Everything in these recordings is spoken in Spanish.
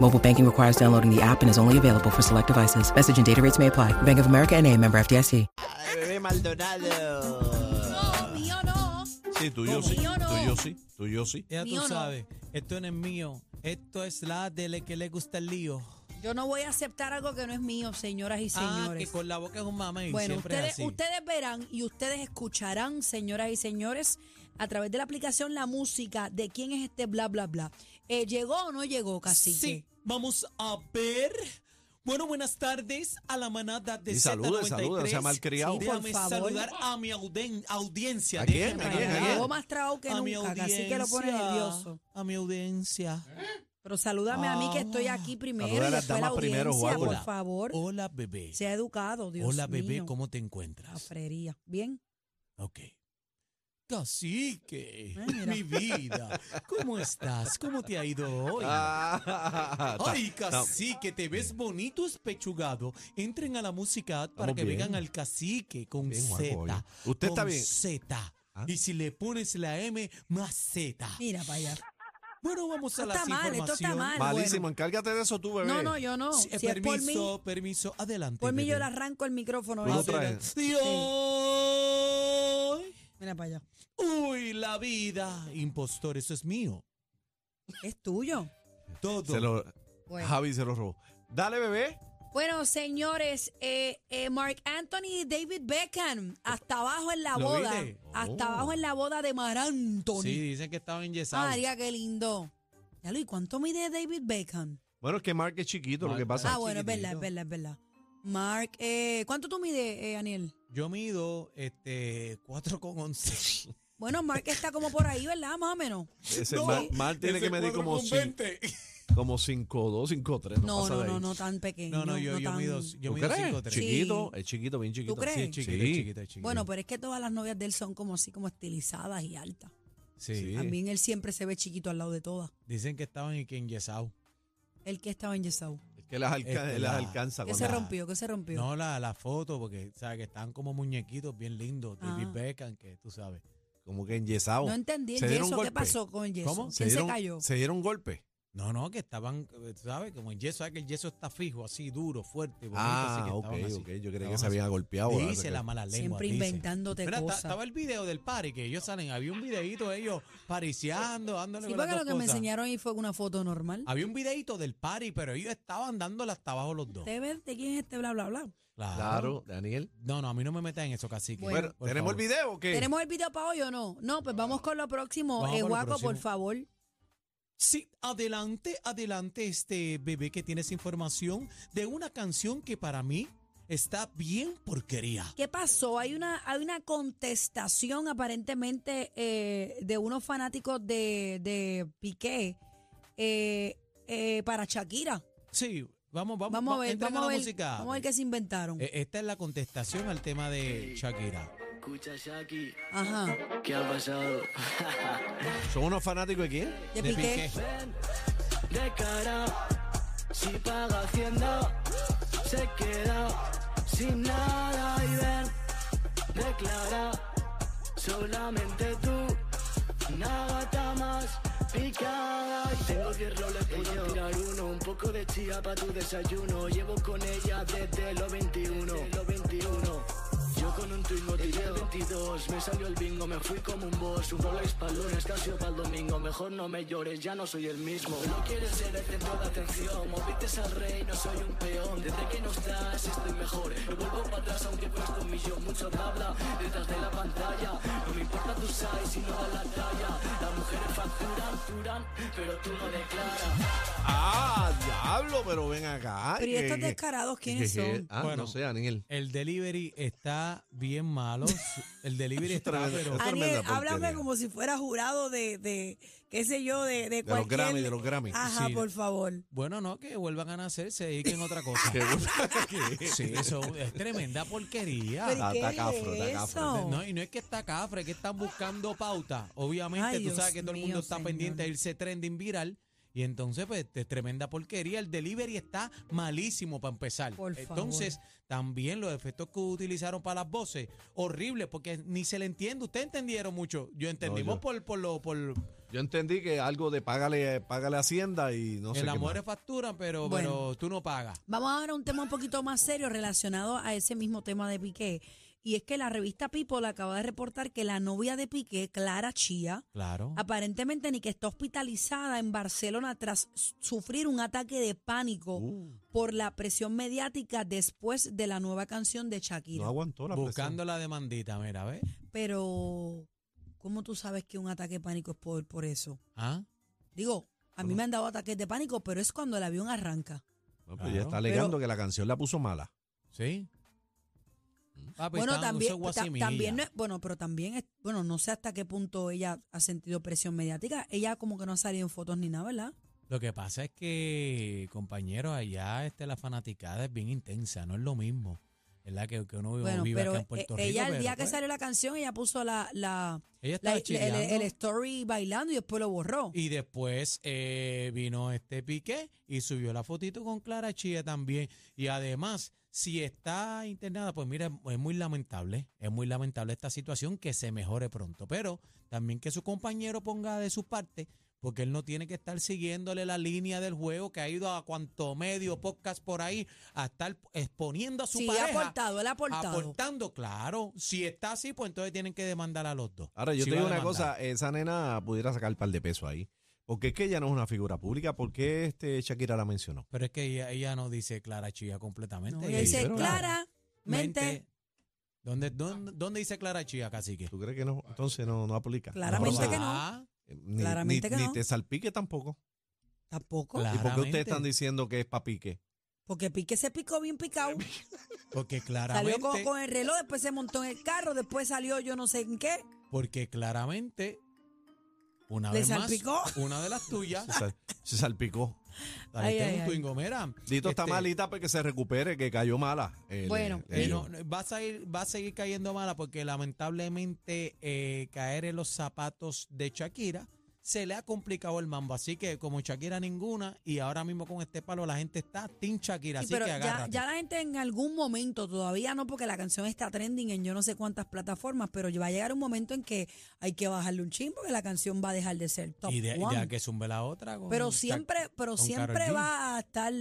Mobile banking requires downloading the app and is only available for select devices. Message and data rates may apply. Bank of America and a member FDIC. Ay, bebé Maldonado. Ah. No, mío no. Sí, tuyo sí, Mío no. tuyo sí, tuyo sí. Ya tú Mío no. sabes, esto no es mío, esto es la tele que le gusta el lío. Yo no voy a aceptar algo que no es mío, señoras y Ah, que señores. con la boca es un mamey, bueno, siempre es ustedes, así. ustedes verán y ustedes escucharán, señoras y señores, a través de la aplicación La Música, de quién es este bla, bla, bla. Eh, ¿Llegó o no llegó, cacique? Sí, vamos a ver. Bueno, buenas tardes a la manada de Y salude, Z93. salude, no sea malcriado. Sí, por Déjame favor. saludar a mi auden- audiencia. ¿A quién? déjame ¿A quién? ¿A hablar. quién? Ah, Llegó más trao que A mi nunca, cacique lo pone audiencia, nervioso. A mi audiencia. Pero salúdame a mí que estoy aquí Ah. primero Saluda a y las después la damas primero, audiencia, Juanjo. por Hola. favor. Hola, bebé. Sea educado, Dios Hola, mío. bebé, ¿cómo te encuentras? Afrería. ¿Bien? Ok. Cacique, Ah, mira. mi vida, ¿cómo estás? ¿Cómo te ha ido hoy? Ah, ta- Ay, ta- cacique, te ves bonito espechugado. Entren a la música app para Estamos bien. que vean al cacique con Bien, Juanjo, Z. oye. Usted con está bien. Z. Ah. Y si le pones la M, más Z. Mira para allá. Bueno, vamos a Esto las está mal, esto está informaciones. mal. Malísimo, bueno. encárgate de eso tú, bebé. No, no, yo no. Sí, eh, si es por mí, permiso, permiso, adelante. Por mí yo le bebé. arranco el micrófono. Tú este. lo ¿no? traes. Adelante. Mira para allá. Uy, la vida. Impostor, eso es mío. Es tuyo. Todo. Se lo- Bueno, Javi se lo robó. Dale, bebé. Bueno, señores, eh, eh, Mark Anthony y David Beckham, hasta abajo en la ¿Lo boda. viste? Hasta Oh. abajo en la boda de Mar Anthony. Sí, dicen que estaba enyesado. María, qué lindo. Ya, Luis, ¿cuánto mide David Beckham? Bueno, es que Mark es chiquito, lo Mark- que pasa. Ah, bueno, es verdad, es chiquitito. verdad, es verdad. Mark, eh, ¿cuánto tú mides, eh, Aniel? Yo mido este 4,11. Bueno, Mark está como por ahí, ¿verdad? Más o menos. Ese No, Mark, Mark tiene ese que medir como 5, 4,20. como 5'2, 5'3. No, pasa no, de ahí. no, no tan pequeño. No, no, yo, yo tan- mido, yo ¿Tú mido crees? 5,3. Sí. Chiquito, es chiquito, bien chiquito. crees? Sí, es chiquito, Sí. es chiquito, es chiquito. Bueno, pues, pero es que todas las novias de él son como así, como estilizadas y altas. sí. sí. También él siempre se ve chiquito al lado de todas. Dicen que estaban en que enyesado. El que estaba en Yesau. Es que las, alca- Este, las la- alcanza. Que con se la- rompió, que se rompió. No, la, la foto, porque sabes que están como muñequitos bien lindos. David Ah. Beckham, que tú sabes. Como que enyesado. No entendí Se el dieron yeso. golpe. ¿Qué pasó con el yeso? ¿Cómo? ¿Quién se se, dieron, cayó? Se dieron golpe. No, no, que estaban, eh, tú sabes, como el yeso, ¿sabes que el yeso está fijo, así duro, fuerte, bonito, así Ah, que ok, estaban así. ok. Yo creía que Estaban se habían así. golpeado. ¿verdad? Dice la mala lengua. Siempre dice. inventándote Mira, ta- cosas. Estaba el video del party que ellos salen. Había un videito de ellos pariseando, dándole Sí, con las porque lo dos que me cosas. Ah, enseñaron ahí fue una foto normal. Había un videito del party, pero ellos estaban dándole hasta abajo los dos. ¿Usted ve de quién es este bla, bla, bla? Claro, Daniel. No, no, a mí no me metan en eso, cacique. Bueno, Por ¿tenemos favor. el video o qué? ¿Tenemos el video para hoy o no? No, pues vamos con lo próximo. Vamos Eh, con lo Guaco, por próximo. favor. Sí, adelante, adelante, este bebé que tienes información de una canción que para mí está bien porquería. ¿Qué pasó? Hay una, hay una contestación aparentemente eh, de unos fanáticos de, de Piqué eh, eh, para Shakira. Sí, vamos, vamos, Vamos a ver, entren vamos a la ver, música. vamos a ver qué se inventaron. Eh, Esta es la contestación al tema de Shakira. Escucha, Shaki, Ajá, eh, ¿qué ha pasado? ¿Son unos fanáticos de quién? de, de Piqué. Piqué. De cara, si paga Hacienda, se queda sin nada y ven, declara, solamente tú, nada está más picada. Y tengo 10 roles, puedo tirar uno, un poco de chía para tu desayuno, llevo con ella desde los 21, los 21. Yo con un twingo tiré 22, me salió el bingo, me fui como un boss, un bola para lunes, casi para el domingo, mejor no me llores, ya no soy el mismo. No quieres ser el centro de atención, moviste al rey, no soy un peón, desde que no estás estoy mejor, no vuelvo para atrás aunque cueste un millón, mucho bla bla, detrás de la pantalla, no me importa tu size si no da la talla, la facturan, pero tú no declaras. Ah, diablo, pero ven acá. Pero ¿y ¿Qué- estos qué- descarados qué- quiénes qué- son? Ah, Bueno. no sé, Daniel. El delivery está bien malo. El delivery está, Tremendo. pero. Ah, tremenda Ariel, háblame porquería. como si fuera jurado de, de qué sé yo, de, de, De los cualquier... Grammy, de los Grammy. Ajá, Sí. por favor. Bueno, no, que vuelvan a nacer, se dediquen a otra cosa. Sí, eso es tremenda porquería. Pero Ah, ¿y está qué cafro, es está cafro. eso? No, y no es que está cafre, es que están buscando pauta. Obviamente, Ay, tú Dios sabes que todo el mundo mío, está señor. pendiente de irse trending viral. Y entonces, pues, es tremenda porquería. El delivery está malísimo para empezar. Por entonces, también los efectos que utilizaron para las voces, horrible, porque ni se le entiende. Ustedes entendieron mucho. Yo entendimos yo- por, por lo, por Yo entendí que algo de págale, págale Hacienda y no sé. el qué amor más. es factura, pero, Bueno. pero tú no pagas. Vamos ahora a un tema un poquito más serio relacionado a ese mismo tema de Piqué. Y es que la revista People acaba de reportar que la novia de Piqué, Clara Chía, Claro. Ah, aparentemente ni que está hospitalizada en Barcelona tras s- sufrir un ataque de pánico Uh. por la presión mediática después de la nueva canción de Shakira. No aguantó la Buscando la demandita, mira, ¿ves? Pero, ¿cómo tú sabes que un ataque de pánico es por, por eso? ¿Ah? Digo, a mí me han dado ataques de pánico, pero es cuando el avión arranca. presión. No, pues ya Claro. está alegando que la canción la puso mala. ¿Sí? Papi, bueno, estaban también, con ta- ese guasimilla. también no es- bueno, pero también es, bueno, no sé hasta qué punto ella ha sentido presión mediática. Ella como que no ha salido en fotos ni nada, ¿verdad? Lo que pasa es que, compañeros, allá este, la fanaticada es bien intensa, no es lo mismo. ¿Verdad? Que, que uno vive, bueno, vive pero acá en eh, Puerto Rico. ella el pero, día que pues, salió la canción, ella puso la, la, la- Ella estaba el- el, chillando. el story bailando y después lo borró. Y después eh, vino este Piqué y subió la fotito con Clara Chía también. Y además, si está internada, pues mira, es muy lamentable, es muy lamentable esta situación, que se mejore pronto. Pero también que su compañero ponga de su parte, porque él no tiene que estar siguiéndole la línea del juego que ha ido a cuanto medio podcast por ahí a estar exponiendo a su sí, ha pareja. aportado, él ha aportado. Aportando, claro. Si está así, pues entonces tienen que demandar a los dos. Ahora, yo Sí te va digo una a demandar. cosa, esa nena pudiera sacar un par de pesos ahí. Porque es que ella no es una figura pública. ¿Por qué este Shakira la mencionó? Pero es que ella, ella no dice Clara Chía No, completamente. ella dice, pero- claramente, ¿Dónde, dónde, dónde dice Clara Chía, cacique? ¿Tú crees que no? Entonces no, no aplica. Claramente No que no. Ah, aplica. Ni, Claramente ni- que ni no. te salpique tampoco. tampoco. Claro. ¿Y por qué Claramente. ustedes están diciendo que es papique? Porque Piqué se picó bien picado. Porque Salió claramente, con, con el reloj, después se montó en el carro, después salió yo no sé en qué. porque claramente, una ¿Le vez salpicó? más, una de las tuyas, Se, sal- se salpicó. ahí Ay, tengo ay, un ay. twingo, mira. Dito está este, malita para que se recupere, que cayó mala. Eh, le- Bueno, le- eh, no, no, va, a seguir, va a seguir cayendo mala porque lamentablemente eh, caer en los zapatos de Shakira se le ha complicado el mambo. Así que como Shakira ninguna y ahora mismo con este palo la gente está Team Shakira. Sí, así pero que ya, agárrate. ya la gente en algún momento, todavía no, porque la canción está trending en yo no sé cuántas plataformas, pero va a llegar un momento en que hay que bajarle un chin porque la canción va a dejar de ser top y de, one. ya que zumbe la otra. con pero Shak- siempre, pero con siempre Karol G. va a estar.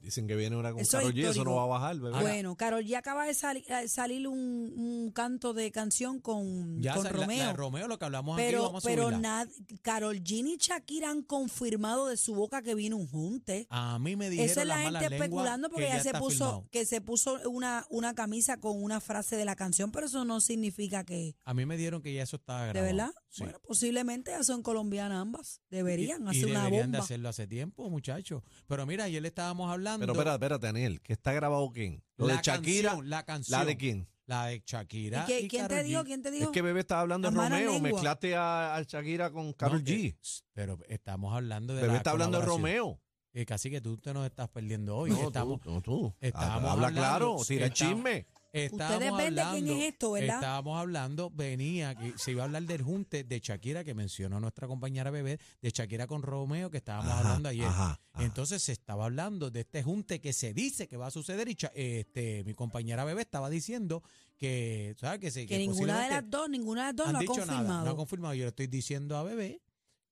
Dicen que viene una con Eso es Karol G, eso histórico. no va a bajar, bebé. bueno, Carol ya acaba de sali- eh, salir un, un canto de canción con, Ya con sa- la- Romeo. La, de Romeo, lo que hablamos aquí, pero vamos a pero subirla. nad- Karol G y Shakira han confirmado de su boca que vino un junte. A mí me Ah, dijeron Esa es la las malas gente lenguas especulando que porque ya ella se está puso firmado. que se puso una, una camisa con una frase de la canción, pero eso no significa que A mí me dieron que ya eso estaba de grabado. verdad, Sí. bueno, posiblemente ya son colombianas ambas, Y- deberían y hacer una deberían bomba. de hacerlo hace tiempo, muchachos. Pero mira, ayer le estábamos hablando. Pero espérate, espérate, Daniel, que está grabado quién? Lo la de Shakira, canción, la canción. la de quién. La de Shakira. ¿Y qué- y quién te Karol dijo? G. ¿Quién te Es dijo? que bebé estaba hablando de Las malas Romeo, lenguas. mezclaste a, a Shakira con Karol No, G. eh, pero estamos hablando de. Bebé la está hablando de colaboración. Romeo. Eh, casi que tú te nos estás perdiendo hoy. No, estamos, tú, no, tú. estamos Habla hablando, claro, tira el estamos- chisme. Estábamos Ustedes ven de quién hablando- es esto, ¿verdad? Estábamos hablando, venía, que se iba a hablar del junte de Shakira, que mencionó nuestra compañera Bebé, de Shakira con Romeo, que estábamos Ajá, hablando ayer. ajá, ajá. Entonces se estaba hablando de este junte que se dice que va a suceder y Cha- este, mi compañera Bebé estaba diciendo que, ¿sabes? Que, se, que ninguna de posiblemente las dos, ninguna de las dos han lo ha dicho nada, confirmado. no ha confirmado. Yo le estoy diciendo a Bebé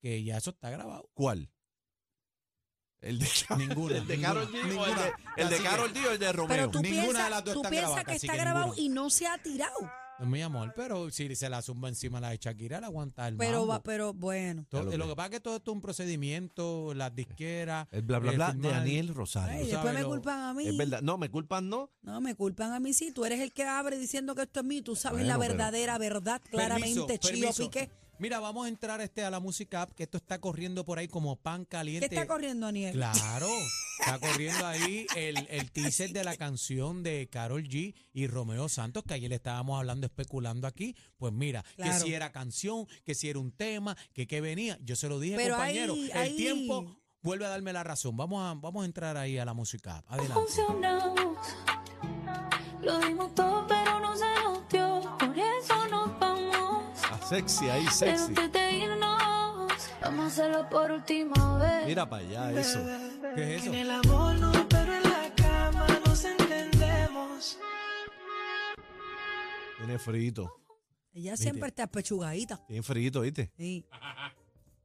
que ya eso está grabado. ¿Cuál? El de, Ninguna, el de ninguna, Karol G. o ninguna. El de, el Así de que- Karol G o el de Romeo. pero tú Ninguna de piensas, las dos tú está piensas grabada, que casi está que grabado ninguna. y no se ha tirado. Mi amor, pero si se la zumba encima la de Shakira, la aguanta el Pero mambo. va, pero bueno. Todo- Ya lo lo vi. que pasa es que todo esto es un procedimiento, las disqueras. El bla, bla, eh, bla de firmar. Daniel Rosario. Ay, tú después sabes me lo- culpan a mí. es verdad. No, me culpan, no. No, me culpan a mí sí. Tú eres el que abre diciendo que esto es mío. Tú sabes Bueno, la pero- verdadera verdad, claramente, Permiso, Chío permiso. Piqué. Mira, vamos a entrar este a la música app, que esto está corriendo por ahí como pan ¿Qué caliente. está corriendo, Aniel? Claro, está corriendo ahí el, el teaser de la canción de Carol G y Romeo Santos, que ayer le estábamos hablando, especulando aquí. Pues mira, Claro. que si era canción, que si era un tema, que qué venía. Yo se lo dije, Pero compañero. ahí- el ahí- tiempo vuelve a darme la razón. Vamos a, vamos a entrar ahí a la música app. Adelante. funcionamos. Lo dimos todo, pero no se nos dio. Por eso nos vamos. Ah, sexy ahí, Pero sexy. antes de irnos, vamos a hacerlo por última vez. Mira para allá eso. ¿Qué es eso? el amor no, pero en la cama nos entendemos. Tiene frito. Ella siempre está pechugadita. Tiene frito, ¿viste? Sí,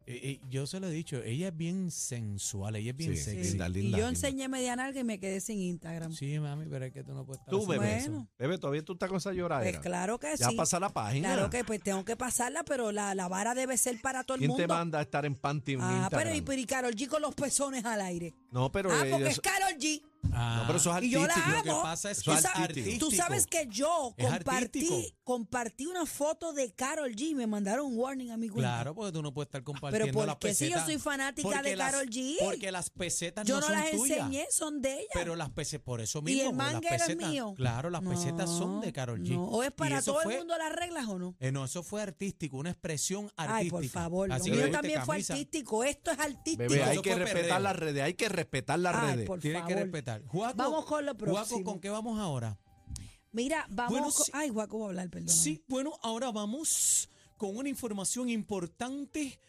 Eh, eh, yo se lo he dicho, ella es bien sensual, ella es bien Sí, sexy. sí. Linda, y linda, yo linda. enseñé media nalga y me quedé sin Instagram. Sí, mami, pero es que tú no puedes estar Tú, haciendo bebé. eso. Bueno. Bebé, todavía tú estás con esa lloradera. Pues claro que Ya sí. pasa la página. Claro que pues tengo que pasarla, pero la, la vara debe ser para todo el ¿Quién mundo. te manda a estar en panty en ah, pero y, Instagram? pero y Karol G con los pezones al aire. No, pero ah, porque ellos- es Karol G. Ah. No, pero eso es Y yo la artístico. Lo que amo. pasa es Eso que es es sabes- artístico. Tú sabes que yo Es compartí, artístico. compartí una foto de Karol G y me mandaron un warning a mi cuenta. Ah, Claro, porque tú no puedes estar compartiendo ¿por las qué si yo pesetas. soy fanática Porque de las- Karol G? Porque las pesetas yo no, no, son las tuyas. enseñé, son de ella. Pero las pesetas, por eso mismo. y el porque las manguero es pesetas- mío. Claro, las pesetas son de Carol G. No, o es Y para eso todo fue- el mundo las reglas o no. eh, no, eso fue artístico, una expresión artística. Ay, por favor, lo Así que mío viste también fue camisa, artístico. Esto es artístico. Bebé, hay Eso que fue perreo. respetar las redes, hay que respetar las Ay, redes. por Tienes que favor. respetar. Juaco, Vamos con lo Juaco, próximo. ¿con qué vamos ahora? Mira, vamos. Bueno, con- sí. Ay, Guaco va a hablar, perdón. Sí, bueno, ahora vamos con una información importante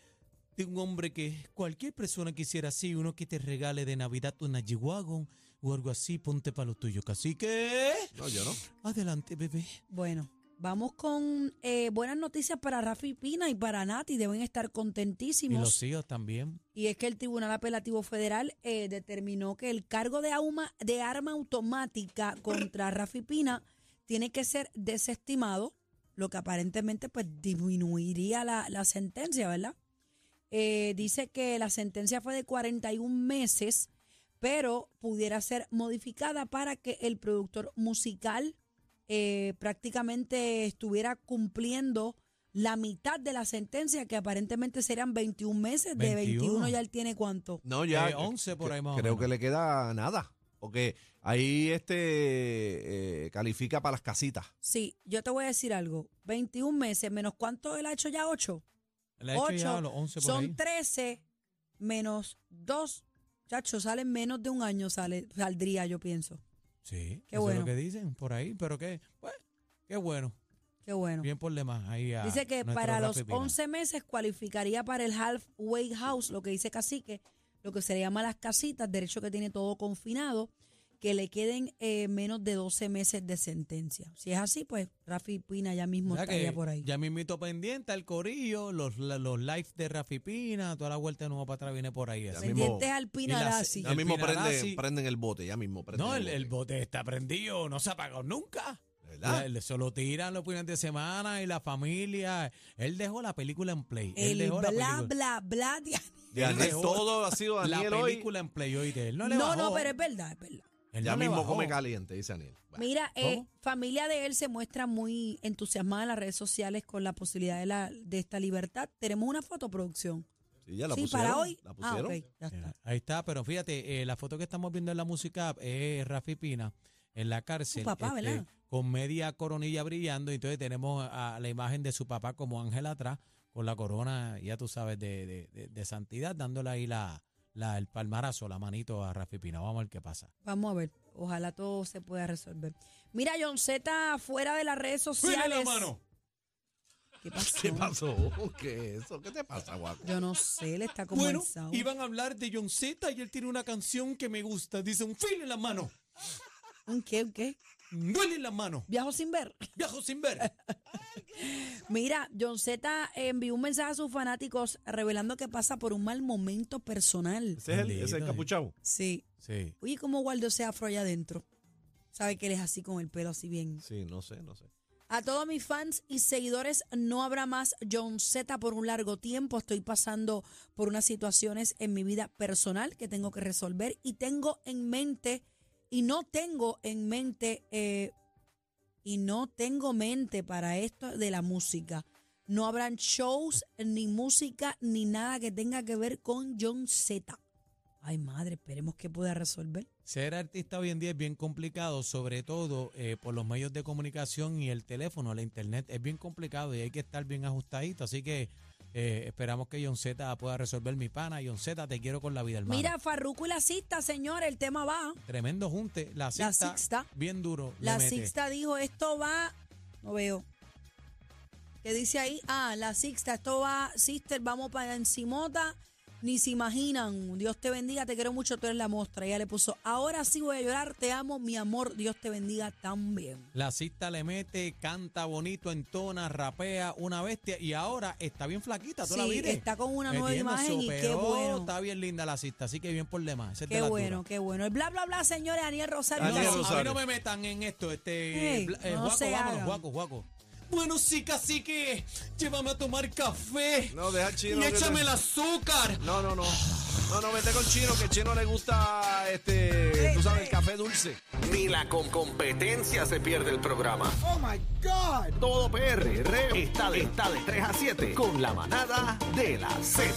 de un hombre que cualquier persona quisiera así, uno que te regale de Navidad una G-Wagon o algo así, ponte para lo tuyo. Así que... No, yo no. Adelante, bebé. Bueno, vamos con eh, buenas noticias para Rafi Pina y para Nati. Deben estar Y contentísimos. los hijos también. Y es que el Tribunal Apelativo Federal eh, determinó que el cargo de, auma- de arma automática contra Rafi Pina tiene que ser desestimado, lo que aparentemente pues disminuiría la, la sentencia, ¿verdad? Eh, dice que la sentencia fue de 41 meses, pero pudiera ser modificada para que el productor musical eh, prácticamente estuviera cumpliendo la mitad de la sentencia, que aparentemente serían 21 meses. De 21. 21 ya él tiene cuánto. No, ya. Eh, 11 por ahí más o Creo menos. que le queda nada. Porque ahí este eh, califica para las casitas. Sí, yo te voy a decir algo. 21 meses menos cuánto él ha hecho ya 8. La he hecho ya Ocho, a los 11 por ahí. Son 13 menos 2. Chacho, salen menos de un año, sale, saldría, yo pienso. Sí, Qué eso es bueno. lo que dicen por ahí, pero que, pues, qué bueno. Qué bueno. Bien por demás. Ahí a Dice que nuestro para Rafi los Pina. 11 meses cualificaría para el halfway house, lo que dice Cacique, lo que se le llama las casitas, derecho que tiene todo confinado, que le queden eh, menos de 12 meses de sentencia. Si es así, pues Rafi Pina ya mismo O sea que estaría por ahí. Ya mismito pendiente al corillo, los, la- los lives de Rafi Pina, toda la vuelta de nuevo para atrás viene por ahí. así. mismo- Pendientes al y Pina las- Lassi. y Ya el mismo Pinarasi. prenden, prenden el bote, ya mismo prenden. No, el, el bote está prendido, no se ha apagado nunca. ¿Verdad? La- Se lo tiran los fines de semana y la familia. Él dejó la película en play. él El dejó la bla, película. bla, bla. de- De Daniel, dejó todo ha sido la Daniel hoy. película en play hoy de él. No, le No, bajó. no, pero es verdad, es verdad. Él Ya no le mismo bajó. come caliente, dice Daniel. Bueno, Mira, eh, ¿Cómo? familia de él se muestra muy entusiasmada en las redes sociales con la posibilidad de, la, de esta libertad. Tenemos una fotoproducción. sí, ya la sí, pusieron. para hoy. La pusieron. Ah, ok, ya está. Mira, Ahí está, pero fíjate, eh, la foto que estamos viendo en la música app es Rafi Pina en la cárcel. este, Su papá, ¿verdad? Con media coronilla brillando. y Entonces tenemos a, a la imagen de su papá como ángel atrás, con la corona, ya tú sabes, de, de- de- de santidad, dándole ahí la, la- el palmarazo, la manito a Rafi Pina. Vamos a ver qué pasa. Vamos a ver. Ojalá todo se pueda resolver. Mira, John Z fuera de las redes ¡Fuera sociales. la mano! ¿Qué pasó? ¿Qué pasó? ¿Qué es eso? ¿Qué te pasa, guapo? Yo no sé, le está como Bueno, alzado. iban a hablar de John Z y él tiene una canción que me gusta. Dice, un fin en la mano, ¿Un qué? ¿Un qué? un duele en la mano, Viajo sin ver. viajo sin ver. Mira, John Z envió un mensaje a sus fanáticos revelando que pasa por un mal momento personal. Ese es el, ese es el Maldito, capuchado. Sí. Sí. Oye, ¿cómo guardo ese afro allá adentro? Sabe que él es así con el pelo así bien. Sí, no sé, no sé. A todos mis fans y seguidores, no habrá más John Z por un largo tiempo. Estoy pasando por unas situaciones en mi vida personal que tengo que resolver y tengo en mente, y no tengo en mente, eh, y no tengo mente para esto de la música. No habrán shows, ni música, ni nada que tenga que ver con John Z. Ay, madre, esperemos que pueda resolver. Ser artista hoy en día es bien complicado, sobre todo eh, por los medios de comunicación y el teléfono, la internet. Es bien complicado y hay que estar bien ajustadito. Así que eh, esperamos que John Z pueda resolver mi pana. John Z, te quiero con la vida, hermano. Mira, Farruko y la Sixta, señor, el tema va. Tremendo junte. La La sexta. Sixta. Bien duro. le La mete. Sixta dijo, esto va, no veo. ¿Qué dice ahí? Ah, la Sixta, esto va, Sister, vamos para encimota. Ni se imaginan, Dios te bendiga, te quiero mucho, tú eres la mostra. Ella le puso, ahora sí voy a llorar, te amo, mi amor, Dios te bendiga también. La cista le mete, canta bonito, entona, rapea, una bestia. Y ahora está bien flaquita, tú la Sí, viste? está con una nueva Metiendo, imagen y qué superó, bueno. Está bien linda la cista, así que bien por demás. esa es de Qué las bueno, duras. qué bueno. El bla, bla, bla, señores, Daniel Rosario. Daniel la No, Sixta. a mí Rosario. no me metan en esto, este. Ey, bla- eh, no Juaco, se vámonos, hagan. Juaco, Juaco. Bueno, sí, cacique, llévame a tomar café. No, deja al chino. Y que échame te- el azúcar. No, no, no. No, no, vete con chino, que chino le gusta este. Tú sabes, el café dulce. Ni la con competencia se pierde el programa. Oh my God. Todo PR está de, está de 3 a 7 con la manada de la Z.